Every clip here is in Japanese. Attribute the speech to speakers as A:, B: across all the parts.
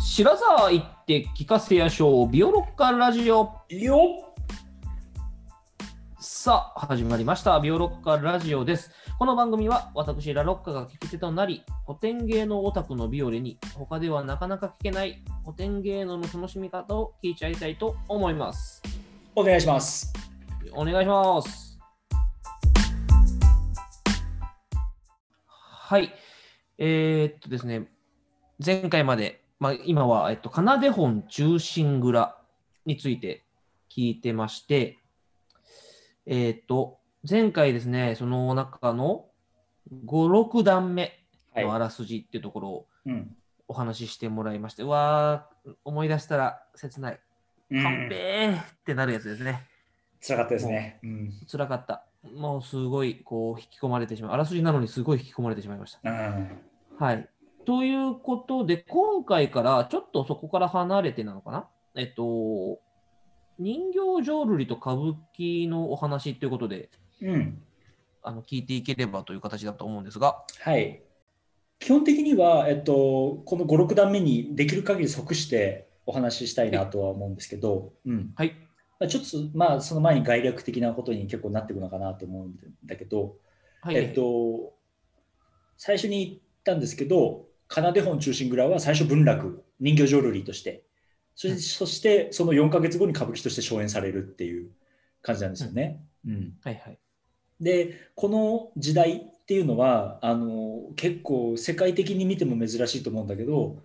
A: 白沢行って聞かせやしょう、ビオロッカラジオ。
B: よっ
A: さあ、始まりました。ビオロッカラジオです。この番組は私、ラロッカが聞き手となり、古典芸能オタクのビオレに、他ではなかなか聞けない古典芸能の楽しみ方を聞いちゃいたいと思います。
B: お願いします。
A: お願いします。はい。えーっとですね、前回まで、まあ、今は、えっと、奏本忠臣蔵について聞いてまして、えーっと、前回ですね、その中の5、6段目
B: はい。
A: のあらすじっていうところを
B: うん。
A: お話ししてもらいまして、うわー、思い出したら切ない。
B: う
A: 完
B: ん。
A: 璧ってなるやつですね。
B: 辛かったですね。うん。
A: 辛かった。もうすごいこう引き込まれてしまう。あらすじなのにすごい引き込まれてしまいました。
B: うん。
A: はい。ということで、今回からちょっとそこから離れてなのかなえっと、人形浄瑠璃と歌舞伎のお話ということで、
B: うん。
A: あの聞いていければという形だと思うんですが、
B: はい。基本的には、えっと、この5、6段目にできる限り即してお話ししたいなとは思うんですけど、うん。
A: はい。
B: まあちょっと、まあ、その前に概略的なことに結構なってくのかなと思うんだけど、
A: はい。
B: えっと、最初に言ったんですけど、奏で本忠臣蔵は最初文楽、人形浄瑠璃として、そし
A: うん
B: そしてその4ヶ月後に歌舞伎として上演されるっていう感じなんですよね。うん
A: はいはい。
B: でこの時代っていうのはあの結構世界的に見ても珍しいと思うんだけど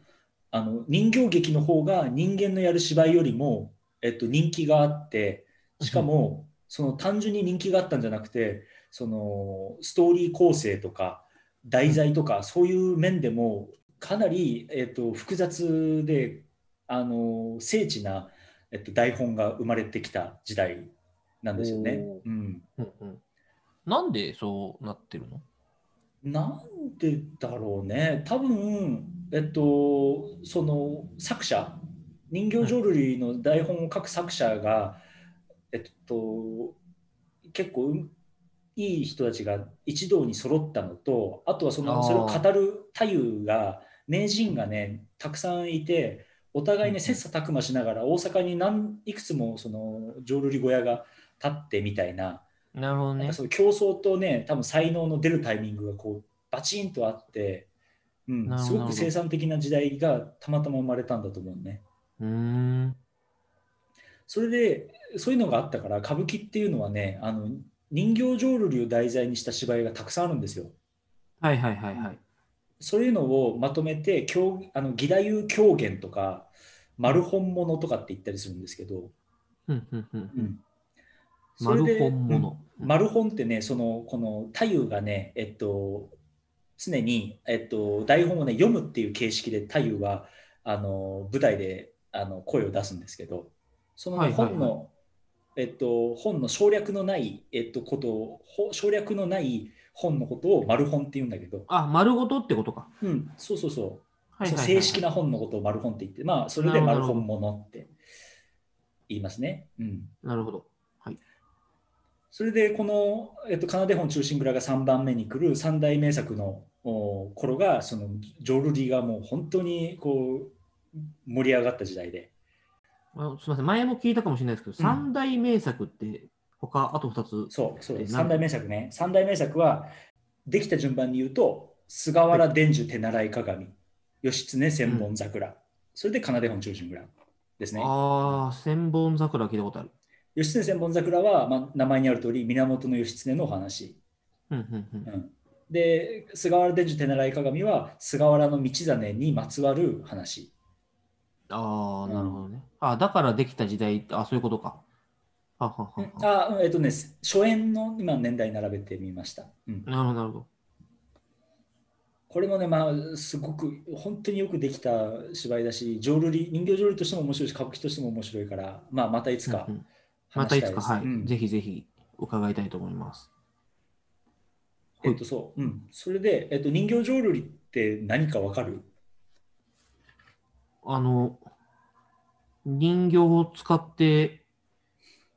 B: あの人形劇の方が人間のやる芝居よりも、えっと、人気があってしかもその単純に人気があったんじゃなくてそのストーリー構成とか題材とかそういう面でもかなり、えっと、複雑であの精緻な、えっと、台本が生まれてきた時代なんですよね。
A: お
B: うん
A: うんうん、なんでそうなってるの
B: なんでだろうね多分えっとその作者人形浄瑠璃の台本を書く作者が、えっと結構うんいい人たちが一堂に揃ったのとあとはそ
A: あ
B: の
A: ー
B: それを語る太夫が名人がねたくさんいてお互い
A: うん
B: ね切磋琢磨しながら大阪に何いくつもその浄瑠璃小屋が建ってみたいな
A: なるほど
B: なん
A: ね
B: か。その競争とね多分才能の出るタイミングがこうバチンとあって、う
A: なるほど
B: ん、すごく生産的な時代がたまたま生まれたんだと思うね。
A: うーん。
B: それでそういうのがあったから歌舞伎っていうのはねあの人形浄瑠璃を題材にした芝居がたくさんあるんですよ。
A: はいはいはいはい。
B: そういうのをまとめて狂あの義太夫狂言とか丸本物とかって言ったりするんですけど、
A: うんうんうん。
B: うん、それ
A: 丸
B: で
A: 本
B: うん
A: 物。
B: マルホンってね、その、この太夫がね、えっと、常に、えっと、台本をね、読むっていう形式で太夫は、あの、舞台で、あの、声を出すんですけど、そのね、
A: はいはいはい
B: 本の、えっと、本の省略のない、えっと、ことを、ほ省略のない本のことをマルホンって言うんだけど、
A: あ、丸ごとってことか。
B: うん、そうそうそう、
A: はいはいはいはい、
B: そう正式な本のことをマルホンって言って、まあ、それで
A: な
B: マ
A: る
B: ル
A: ほど
B: ホンものって言いますね。うん。
A: なるほど。
B: それでこの、えっと、奏で本忠臣蔵が3番目に来る三大名作のお頃がその浄瑠璃がもう本当にこう盛り上がった時代で
A: あすみません、前も聞いたかもしれないですけど、
B: うん
A: 三大名作って、他あと二つ。
B: そうそうです
A: えなん
B: 三大名作ね三大名作はできた順番に言うと菅原伝授手習い鏡義経千本桜、それで奏で本忠臣蔵ですね
A: ああ、千本桜聞いたことある。
B: 義経千本桜は、まあ、名前にある通り源義経のお話
A: うんうんうん。
B: うんで菅原伝授手習い鏡は菅原道真にまつわる話
A: ああ、なるほどね。あだからできた時代、あそういうことか。はははは
B: あうんえっとね初演の今年代並べてみました、うん、
A: なるほど、なるほど。
B: これもねまあすごく本当によくできた芝居だし浄瑠璃人形浄瑠璃としても面白いし歌舞伎としても面白いから、まあ、またいつか
A: うんうんま
B: 話
A: た
B: し
A: い
B: たい
A: つ
B: で
A: か、
B: す
A: はい、
B: うん
A: ぜひぜひ伺いたいと思います。
B: えっとそう、うん、それで、えっと、人形浄瑠璃って何かわかる
A: あの、人形を使って、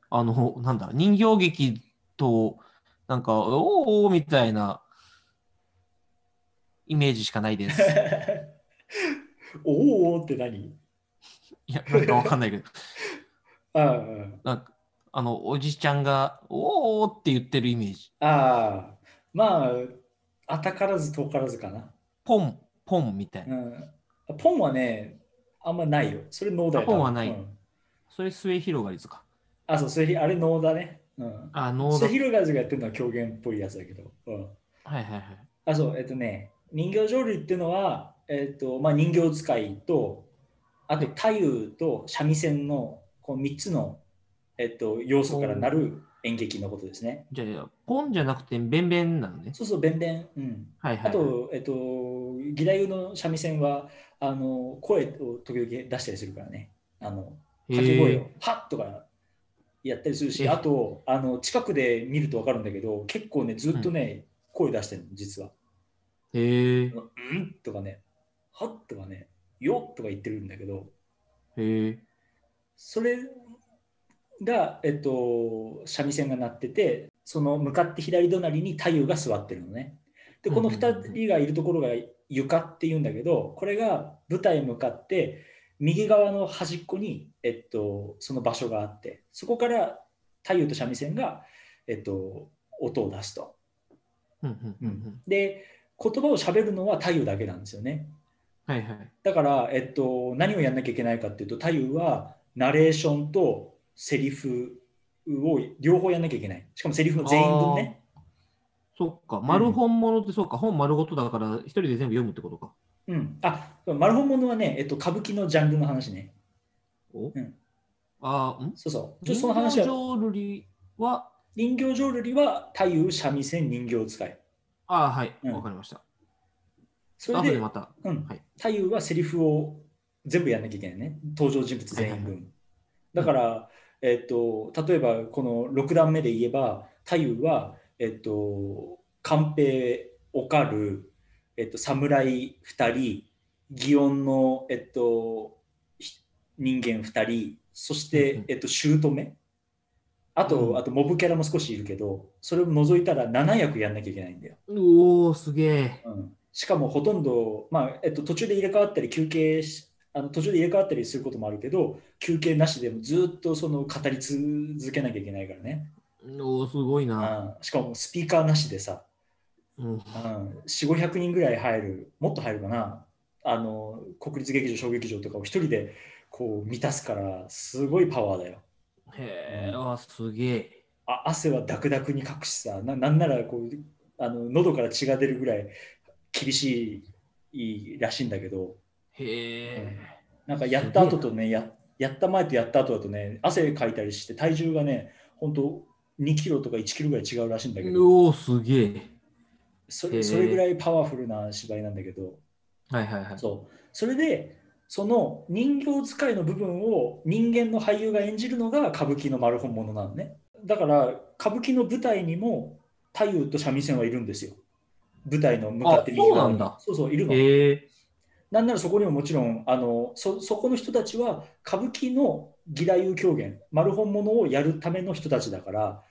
A: あの、なんだ、人形劇と、なんか、おーおーみたいな イメージしかないです。
B: おーおーって何
A: いや、なんかわかんないけど、
B: ああ
A: なんか、あの、おじちゃんが、おーって言ってるイメージ。
B: ああ、まあ、あたからず遠からずかな。
A: ポン、ポンみたいうな。
B: ん、ポンはね、あんまないよ。それノーだよ。
A: あポンはない
B: うん
A: それ、末広がりですか。
B: あ、そう、それあれノーだね。うん。
A: あ、能
B: そ
A: だ
B: れ。ヒロガズがやってるのは狂言っぽいやつだけど。うん。
A: はいはいはい。
B: あ、そう、えっとね、人形浄瑠璃っていうのは、えっと、まあ人形使いと、あと太夫と三味線のこの3つの、えっと、要素からなる演劇のことですね。
A: じゃあいや、ポンじゃなくて、ベンベンなのね。
B: そうそう、べんべん。うん。
A: はいはい。
B: あ、と、えっと、義太夫の三味線はあの声を時々出したりするからね、あの
A: へ
B: 掛け声
A: ー
B: を、はっとかやったりする
A: え
B: し、
A: ー
B: あとあの、近くで見ると分かるんだけど、結構ね、ずっとね、声出してるの、実は。
A: へー
B: あのうんとかね、はっとかね、よっとか言ってるんだけど、
A: へー
B: それが、えっと、三味線が鳴っててその向かって左隣に太夫が座ってるのねでこの
A: うんうんうんうん
B: 2人がいるところが床っていうんだけどこれが舞台へ向かって右側の端っこに、えっと、その場所があってそこから太夫と三味線が、えっと、音を出すと
A: うんうんうんうん。
B: で言葉を喋るのは太夫だけなんですよね
A: はいはい。
B: だから、えっと、何をやんなきゃいけないかっていうと太夫はナレーションとセリフを両方やんなきゃいけないしかもセリフの全員分ね
A: そっか、丸本物ってそうか、本丸ごとだから、一人で全部読むってことか。
B: うんあマルホンものはね、えっと、歌舞伎のジャンルの話ね
A: お
B: ん
A: あー、ん
B: そうそうちょその話
A: 人形
B: は
A: 浄瑠璃は、
B: 人形浄瑠璃は太夫三味線人形使い
A: あーはい、
B: うん
A: わ、かりました。
B: そ
A: 後
B: れ
A: で
B: で
A: また。
B: うん
A: はい
B: 太夫はセリフを全部やんなきゃいけないね登場人物全員
A: はいはい
B: 分だから、えっと例えばこの6段目で言えば太夫はえっと寛平おかる、えっと、侍2人祇園の、えっと、ひ人間2人そし
A: うんうん
B: て、えっと、姑あと、
A: うん
B: あとモブキャラも少しいるけどそれを除いたら7役やんなきゃいけないんだよ
A: おお、すげえ。
B: うんしかもほとんど、まあえっと、途中で入れ替わったり休憩しあの途中で入れ替わったりすることもあるけど休憩なしでもずっとその語り続けなきゃいけないからね、
A: おお、すごいな。
B: うんしかもスピーカーなしでさ、
A: うん、
B: うん、4500人ぐらい入るもっと入るかなあの国立劇場小劇場とかを一人でこう満たすからすごいパワーだよ
A: へえ、あーすげえ。
B: あ汗はダクダクにかくしさななんならこうあの喉から血が出るぐらい厳しいらしいんだけど
A: へえ。
B: なんかやった後とねや、やった前とやった後だとね、汗かいたりして、体重がね、本当2キロとか1キロぐらい違うらしいんだけど、
A: おお、すげえ。
B: そ
A: へ
B: れ
A: ー
B: それぐらいパワフルな芝居なんだけど、
A: はいはいはい。
B: そうそれで、その人形使いの部分を人間の俳優が演じるのが歌舞伎の丸本物なのね。だから、歌舞伎の舞台にも太夫と三味線はいるんですよ。舞台の向かって
A: あそう
B: 側
A: な
B: に
A: んだ
B: そうそう、いるの。
A: へえ。
B: なんならそこにももちろんあのそそこの人たちは歌舞伎の義太夫狂言丸本物をやるための人たちだから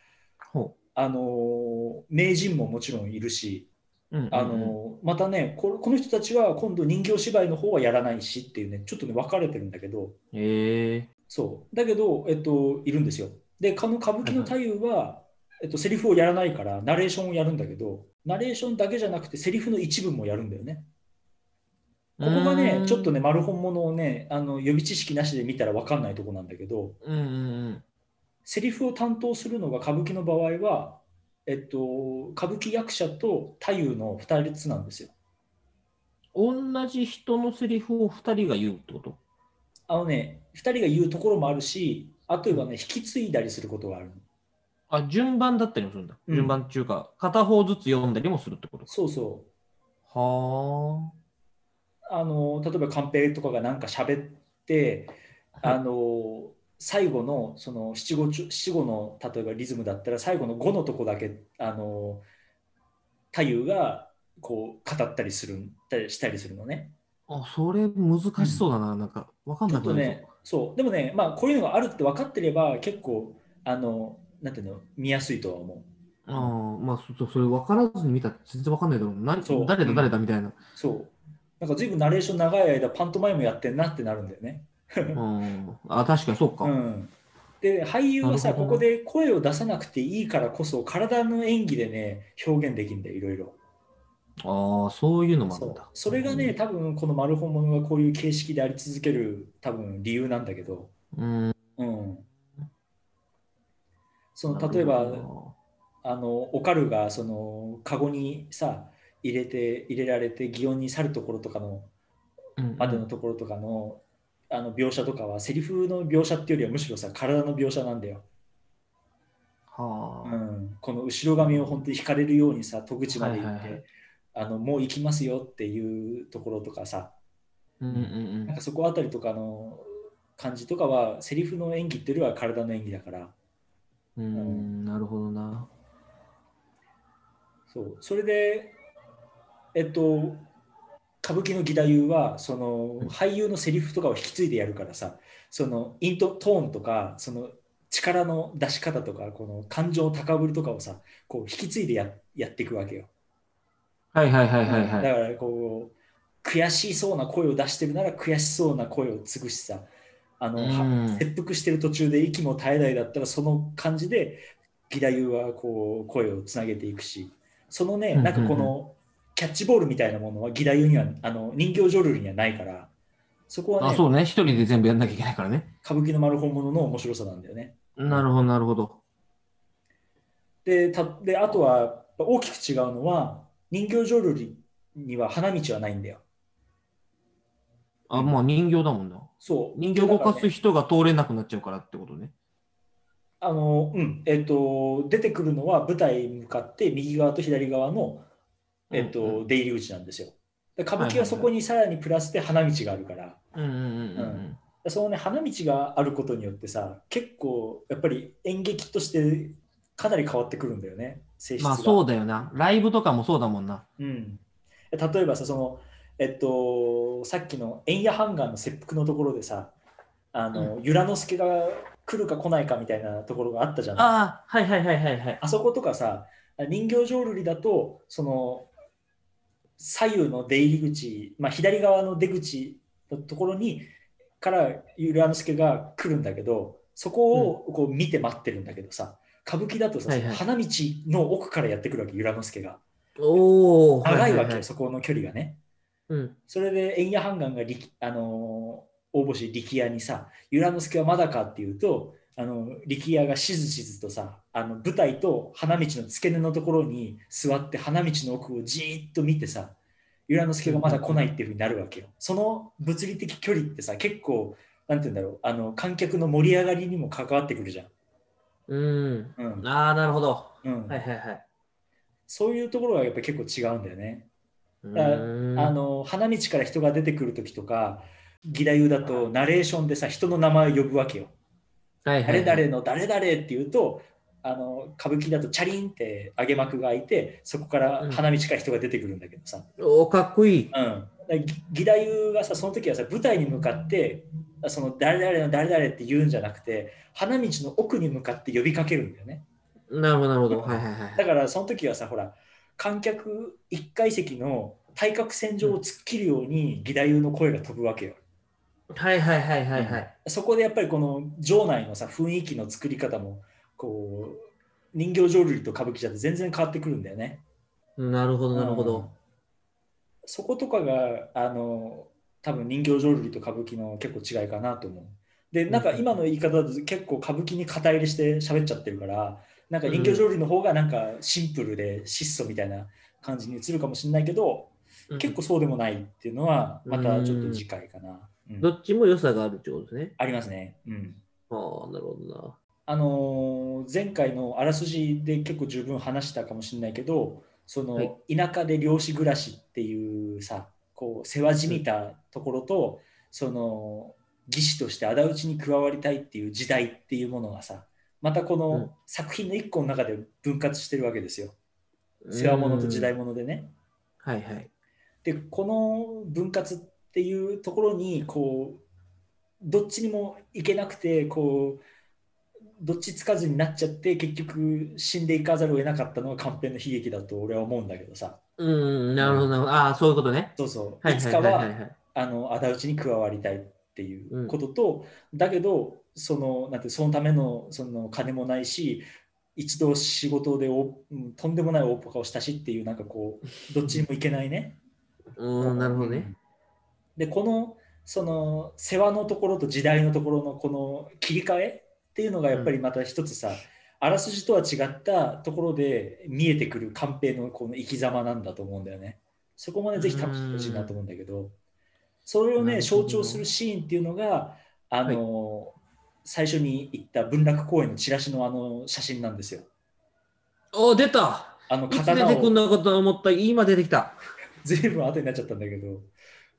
A: ほ
B: あの名人ももちろんいるし
A: う。うんうんうん
B: あのまたねここの人たちは今度人形芝居の方はやらないしっていうねちょっとね分かれてるんだけど
A: へえ。
B: そうだけど、えっと、いるんですよでかの歌舞伎の太夫は、えっと、セリフをやらないからナレーションをやるんだけどナレーションだけじゃなくてセリフの一部もやるんだよねここが
A: うー
B: ね
A: ん、
B: ちょっとね、丸本物をね、あの予備知識なしで見たら分かんないとこなんだけど、
A: うんうんうん。
B: セリフを担当するのが歌舞伎の場合は、えっと、歌舞伎役者と太夫の2つなんですよ。
A: 同じ人のセリフを2人が言うってこと
B: あのね、2人が言うところもあるし、あとはね、引き継いだりすることがあるの。
A: あ順番だったりもするんだ、
B: うん
A: 順番っていうか片方ずつ読んだりもするってことか
B: そうそう。
A: は
B: あの例えば寛平とかがなんか喋って、
A: はい
B: あの最後のその七五中七五の例えばリズムだったら最後の五のとこだけあの太夫がこう語ったりするたりしたりするのね。
A: ああそれ難しそうだな、なんかわかん
B: ちょ
A: な
B: っ
A: く
B: と
A: なる
B: ねそうでもねまあこういうのがあるって分かってれば結構あのなんていうの見やすいとは思う。
A: ああまあそそそれ分からずに見たら全然分かんないだろうな
B: そう
A: 誰だ誰だみたいな、
B: そうなんか随分ナレーション長い間パントマイムやってんなってなるんだよね。
A: うん、あ確かにそうか。
B: うん、で俳優はさ
A: なるほ
B: こ
A: ど
B: こで声を出さなくていいからこそ体の演技でね表現できるんだよいろいろ
A: ああ、そういうのもあ
B: そ
A: るん
B: う
A: だ。
B: それがね多分このマルホモノがこういう形式であり続ける多分理由なんだけど、
A: うん、
B: うん、そ
A: うん、
B: の例え
A: な
B: ば
A: るほ
B: あのオカルがそのカゴにさ入れて入れられて祇園に去るところとかの
A: どな、うん
B: までのところとかの,、あの描写とかはセリフの描写っていうよりはむしろさ体の描写なんだよ、
A: は
B: う
A: あ、
B: ん、この後ろ髪を本当に引かれるようにさ戸口まで行って、
A: はいはいはい
B: あのもう行きますよっていうところとかさ
A: うんうん
B: なんかそこあたりとかの感じとかはセリフの演技っていうよりは体の演技だから
A: うん、うん、なるほどな。
B: そうそれでえっと歌舞伎の義太夫はその
A: うん
B: 俳優のセリフとかを引き継いでやるからさそのイントトーンとかその力の出し方とかこの感情高ぶりとかをさこう引き継いでややっていくわけよ、
A: はいはいはいはい
B: だ
A: はい。
B: からこう悔しそうな声を出してるなら悔しそうな声をつぐしさあの、は
A: うん
B: 切腹してる途中で息も絶えないだったらその感じで義太夫はこう声をつなげていくしそのね
A: うん
B: なんかこ
A: うん
B: のキャッチボールみたいなものは義太夫にはあの人形浄瑠璃にはないからそこは
A: あ、
B: ね
A: そうね。一人で全部やんなきゃいけないからね。
B: 歌舞伎の丸本物の面白さなんだよね。
A: なるほど、なるほど。
B: でたであとは大きく違うのは人形浄瑠璃には花道はないんだよ。
A: あ、まあ人形だもんな。
B: そう
A: 人形動か
B: だらね
A: す人が通れなくなっちゃうからってことね。
B: あの、うん、えっと、出てくるのは舞台に向かって右側と左側の、えっ
A: うん
B: と、出入り口なんですよ。で歌舞
A: はいはい
B: 伎
A: は
B: はいそこにさらにプラスで花道があるから、
A: うんうんうんうん
B: でそのね、花道があることによってさ、結構やっぱり演劇としてかなり変わってくるんだよね、性
A: うん。
B: 質
A: ま
B: が。
A: あそうだよな。ライブとかもそうだもんな。
B: うん、例えばさその、えっと、さっきの円谷ハンガーの切腹のところでさ、あの、由良之助が来るか来ないかみたいなところがあったじゃない。
A: ああ、はいはいはいはいはい。
B: あそことかさ人形浄瑠璃だとその左右の出入り口、まあ、左側の出口のところにからゆらのすけが来るんだけどそこをこう見て待ってるんだけどさ歌舞伎だとさ、
A: はいはい
B: 花道の奥からやってくるわけゆらのすけが
A: おお。
B: 長いわけ、
A: ははは
B: そこの距離がね
A: うん。
B: それで円谷半眼が力、あのー大星力也にさ「由良之助はまだか?」っていうと、あの力也がしずしずとさあの舞台と花道の付け根のところに座って花道の奥をじーっと見てさ由良之助がまだ来ないっていうふうになるわけよ。その物理的距離ってさ結構なんて言うんだろうあの観客の盛り上がりにも関わってくるじゃん。
A: うん。
B: うん
A: ああ、なるほど。
B: うん
A: はいはいはい。
B: そういうところがやっぱ結構違うんだよね。
A: う
B: だから
A: ーん
B: あの花道から人が出てくる時とか義太夫だとナレーションでさ人の名前を呼ぶわけよ。
A: はいはいは
B: 誰
A: い
B: 々の誰々って言うとあの歌舞伎だとチャリンって上げ幕が開いてそこから花道から人が出てくるんだけどさ、
A: おお、かっこいい。
B: うんだから義義太夫がさその時はさ舞台に向かってその誰々の誰々って言うんじゃなくて花道の奥に向かって呼びかけるんだよね。
A: なるほど、なるほど。はいはいは
B: だ
A: い。
B: からその時はさほら観客1階席の対角線上を突っ切るように義太夫の声が飛ぶわけよ。
A: はいはいはいはいはい。
B: そこでやっぱりこの場内のさ雰囲気の作り方もこう人形浄瑠璃と歌舞伎じゃ全然変わってくるんだよね。
A: なるほど、なるほ
B: うん
A: ど。
B: そことかがあの多分人形浄瑠璃と歌舞伎の結構違いかなと思う。でなんか
A: うん
B: 今の言い方だと結構歌舞伎に肩入れして喋っちゃってるからなんか人形浄瑠璃の方がなんかシンプルで質素みたいな感じに映るかもしれないけど、
A: うん
B: 結構そうでもないっていうのはまたちょっと次回かな。うん
A: どっちも良さがあるってことですね。
B: ありますね。うん
A: ああ、なるほどな。
B: あのー前回のあらすじで結構十分話したかもしれないけどその、
A: はい
B: 田舎で漁師暮らしっていうさこう世話じみたところと、その技師として仇討ちに加わりたいっていう時代っていうものがさまたこ
A: うん
B: の作品の一個の中で分割してるわけですよ、世話物と時代物でね。
A: うん。はいはい。
B: でこの分割っていうところにこうどっちにも行けなくてこうどっちつかずになっちゃって結局死んでいかざるを得なかったのがカンペの悲劇だと俺は思うんだけどさ
A: うん、なるほど、なるほど。ああ、そういうことね。
B: そうそう
A: はい
B: い
A: は
B: つ
A: い
B: か
A: はいはい
B: は
A: はい。
B: あの仇討ちに加わりたいっっていうことと、だけどそのなんてそのためのその金もないし一度仕事でおうんとんでもない大ポカをしたしっていうなんかこ うどっちにもいけないね。
A: うん、なるほどね。
B: でこのその世話のところと時代のところのこの切り替えっていうのがやっぱりまた一つさ、あらすじとは違ったところで見えてくる寛平のこの生き様なんだと思うんだよね。そこまでぜひ楽しんでほしいなと思うんだけど、それを
A: な
B: ね
A: るほど
B: 象徴するシーンっていうのがあの、最初に言った文楽公園のチラシのあの写真なんですよ。
A: お、出た
B: あの
A: いつ出
B: 刀
A: てくん
B: を
A: のかと思った、今出てきた。
B: 随分後になっちゃったんだけど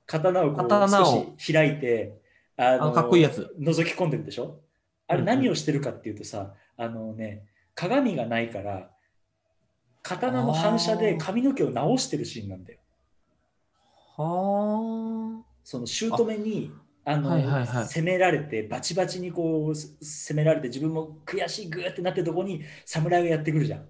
B: 刀をこう
A: 刀を
B: 少し開いてあ
A: あのかっこいいやつ
B: 覗き込んでるでしょあ
A: う
B: れ
A: んうん
B: 何をしてるかっていうとさ、あのね鏡がないから刀の反射で髪の毛を直してるシーンなんだよ
A: は
B: その姑にあの、
A: はいはいはい
B: 攻められてバチバチにこうす攻められて自分も悔しいグーってなってるとこに侍がやってくるじゃん
A: あ。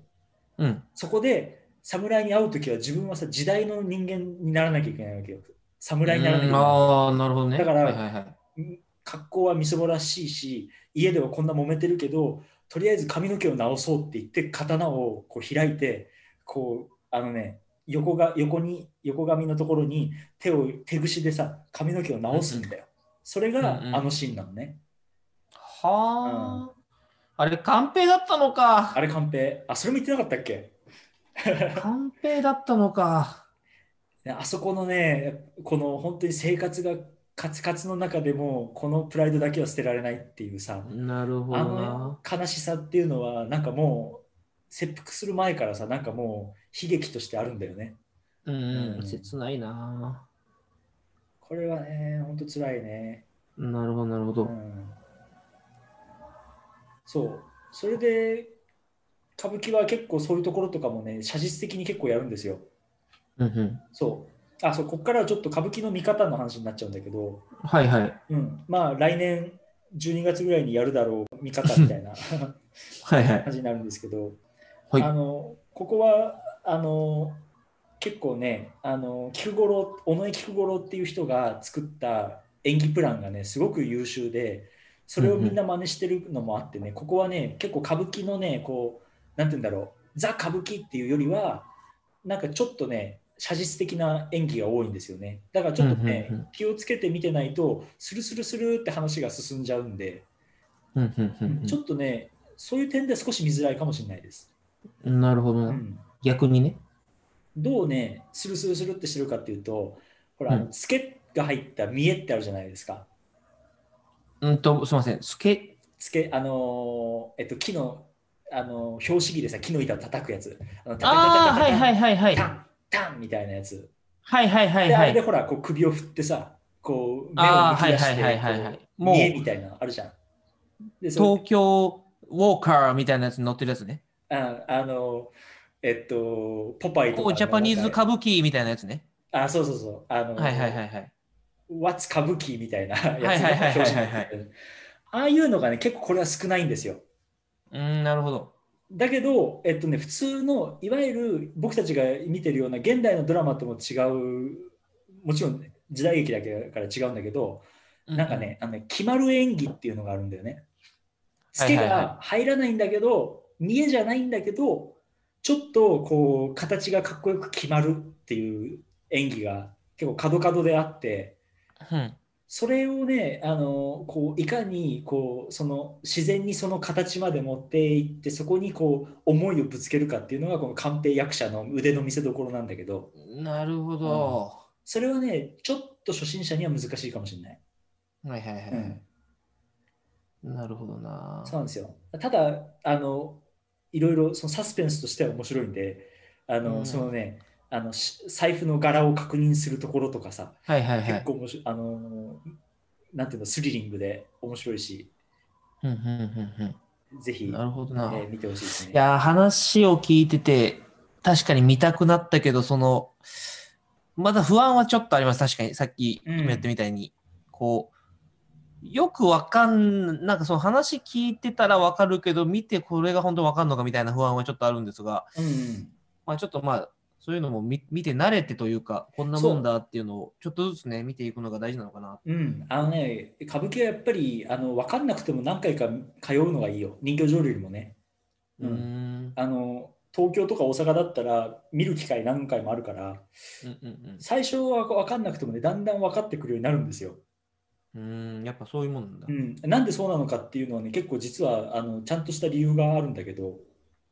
A: うん。
B: そこで侍に会う時は自分はさ時代の人間にならなきゃいけないわけよ侍にならなきゃいけ
A: うん
B: ない
A: ああ、なるほどね。
B: だから
A: はいはいはい、
B: 格好はみそぼらしいし家ではこんな揉めてるけどとりあえず髪の毛を直そうって言って刀をこう開いてこうあのね横が横に横髪のところに手を手ぐしでさ髪の毛を直すんだよ、それが
A: うんうん
B: あのシーンなのね、
A: はあ、あれ、寛平だったのか
B: あ。れカンペあそれも言ってなかったっけ
A: 寛平だったのか。
B: ねあそこのねこの本当に生活がカツカツの中でもこのプライドだけは捨てられないっていうさ、
A: なるほ
B: あ
A: ど
B: の
A: な。
B: 悲しさっていうのはなんかもう切腹する前からさなんかもう悲劇としてあるんだよね
A: うん
B: う
A: うんん、切ないな。
B: これはねほんとつらいね、
A: なるほど、なるほ
B: う
A: ど。
B: ん、そうそれで歌舞伎は結構そういうところとかもね写実的に結構やるんですよ
A: うんうん、
B: そうあそうこっからはちょっと歌舞伎の見方の話になっちゃうんだけど、
A: はいはい。
B: うん、まあ来年12月ぐらいにやるだろう見方みたいな
A: はいはい。
B: 話になるんですけど、
A: はい
B: あのここはあの結構ねあの菊五郎尾上菊五郎っていう人が作った演技プランがねすごく優秀でそれをみんな真似してるのもあってね、ここはね結構歌舞伎のねこうなんて言うんだろうザ歌舞伎っていうよりはなんかちょっとね写実的な演技が多いんですよねだからちょっとね、
A: うんうんうん
B: 気をつけて見てないとスルスルスルって話が進んじゃうんで、
A: うんうんうんうん
B: ちょっとねそういう点で少し見づらいかもしれないです。
A: なるほど
B: う
A: な。
B: ん
A: 逆にね。
B: どうねスルスルスルってしてるかっていうとほら、あの
A: う
B: つけが入った見えってあるじゃないですか
A: うんと、すみません。すけ、
B: つけあのーえっと木のあのー拍子木でさ木の板を叩くやつあの
A: ああ、はいはいはいはい。
B: タ
A: は
B: ンタンみたいなやつ
A: いはいはい
B: であ
A: は
B: れで
A: い。
B: ほらこう首を振ってさこう目
A: あ
B: を見
A: あ、は
B: き
A: い
B: 出
A: は
B: し
A: い
B: て
A: はいはいは
B: こ
A: い。
B: う
A: も
B: 見えみ
A: う、
B: たいなのあるじゃんでそれ
A: 東京ウォーカーみたいなやつに乗ってるやつね。
B: ああのーえっとポパイと
A: お
B: か
A: ジャパニーズ
B: カ
A: 歌舞伎みたいなやつね。
B: あそうそうそうあのー
A: はいはいはいはい。
B: ワツ歌舞伎みたいなやつ
A: はいはいはいはいはい
B: ああいうのがね結構これは少ないんですよ
A: うん、なるほど。
B: だけど、えっとね、普通のいわゆる僕たちが見てるような現代のドラマとも違うもちろん時代劇だけだから違うんだけど、なんかねあのね決まる演技っていうのがあるんだよね。つけ
A: はいはいは
B: が入らないんだけど、見えじゃないんだけどちょっとこう形がかっこよく決まるっていう演技が結構角角であって。
A: うん、うん。
B: それをねあのこういかにこうその自然にその形まで持っていってそこにこう思いをぶつけるかっていうのがこの寛平役者の腕の見せ所なんだけど
A: なるほど。
B: それはねちょっと初心者には難しいかもしれない、
A: はいはいは
B: う
A: い。
B: ん、
A: なるほどな。
B: そうなんですよただあのいろいろそのサスペンスとしては面白いんであの、
A: うん
B: そのねあのし財布の柄を確認するところとかさ
A: はいはいは
B: 結
A: い。
B: 構面白い、あのなんていうのスリリングで面白いし
A: うんうんうん
B: ぜ
A: う
B: ひ
A: ん。なるほどな。
B: えー見てほしいですね。
A: いやー話を聞いてて確かに見たくなったけどそのまだ不安はちょっとあります確かにさっき
B: うん
A: やってみたいに、こうよくわかんなんかその話聞いてたらわかるけど見てこれが本当わかんのかみたいな不安はちょっとあるんですが、
B: うんうん
A: まあ、ちょっとまあそういうのも見見て慣れてというか、こんなもんだっていうのを、ちょっとずつね、見ていくのが大事なのかな。
B: うん、あのね、歌舞伎はやっぱりあの分かんなくても何回か通うのがいいよ、人形浄瑠璃もね。うん
A: ん。
B: あの東京とか大阪だったら見る機会何回もあるから、
A: うんうん
B: 最初は分かんなくてもね、だんだん分かってくるようになるんですよ。
A: うん。うん、やっぱそういうもんなんだ
B: う。ん、なんでそうなのかっていうのはね、結構実はあのちゃんとした理由があるんだけど、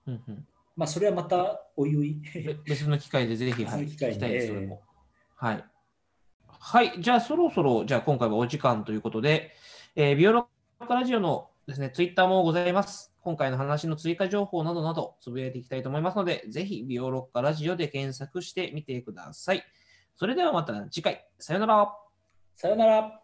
A: うんうん、
B: まあそれはまたおいお い。
A: べ別の機会でぜひ、はい、聞
B: 別の機会で
A: きたいです、それも。はい。はい、じゃあそろそろ、じゃあ今回はお時間ということで、えービオロッカラジオのですね、ツイッターもございます。今回の話の追加情報などなど、つぶやいていきたいと思いますので、ぜひビオロッカラジオで検索してみてください。それではまた次回、さようなら。
B: さよなら。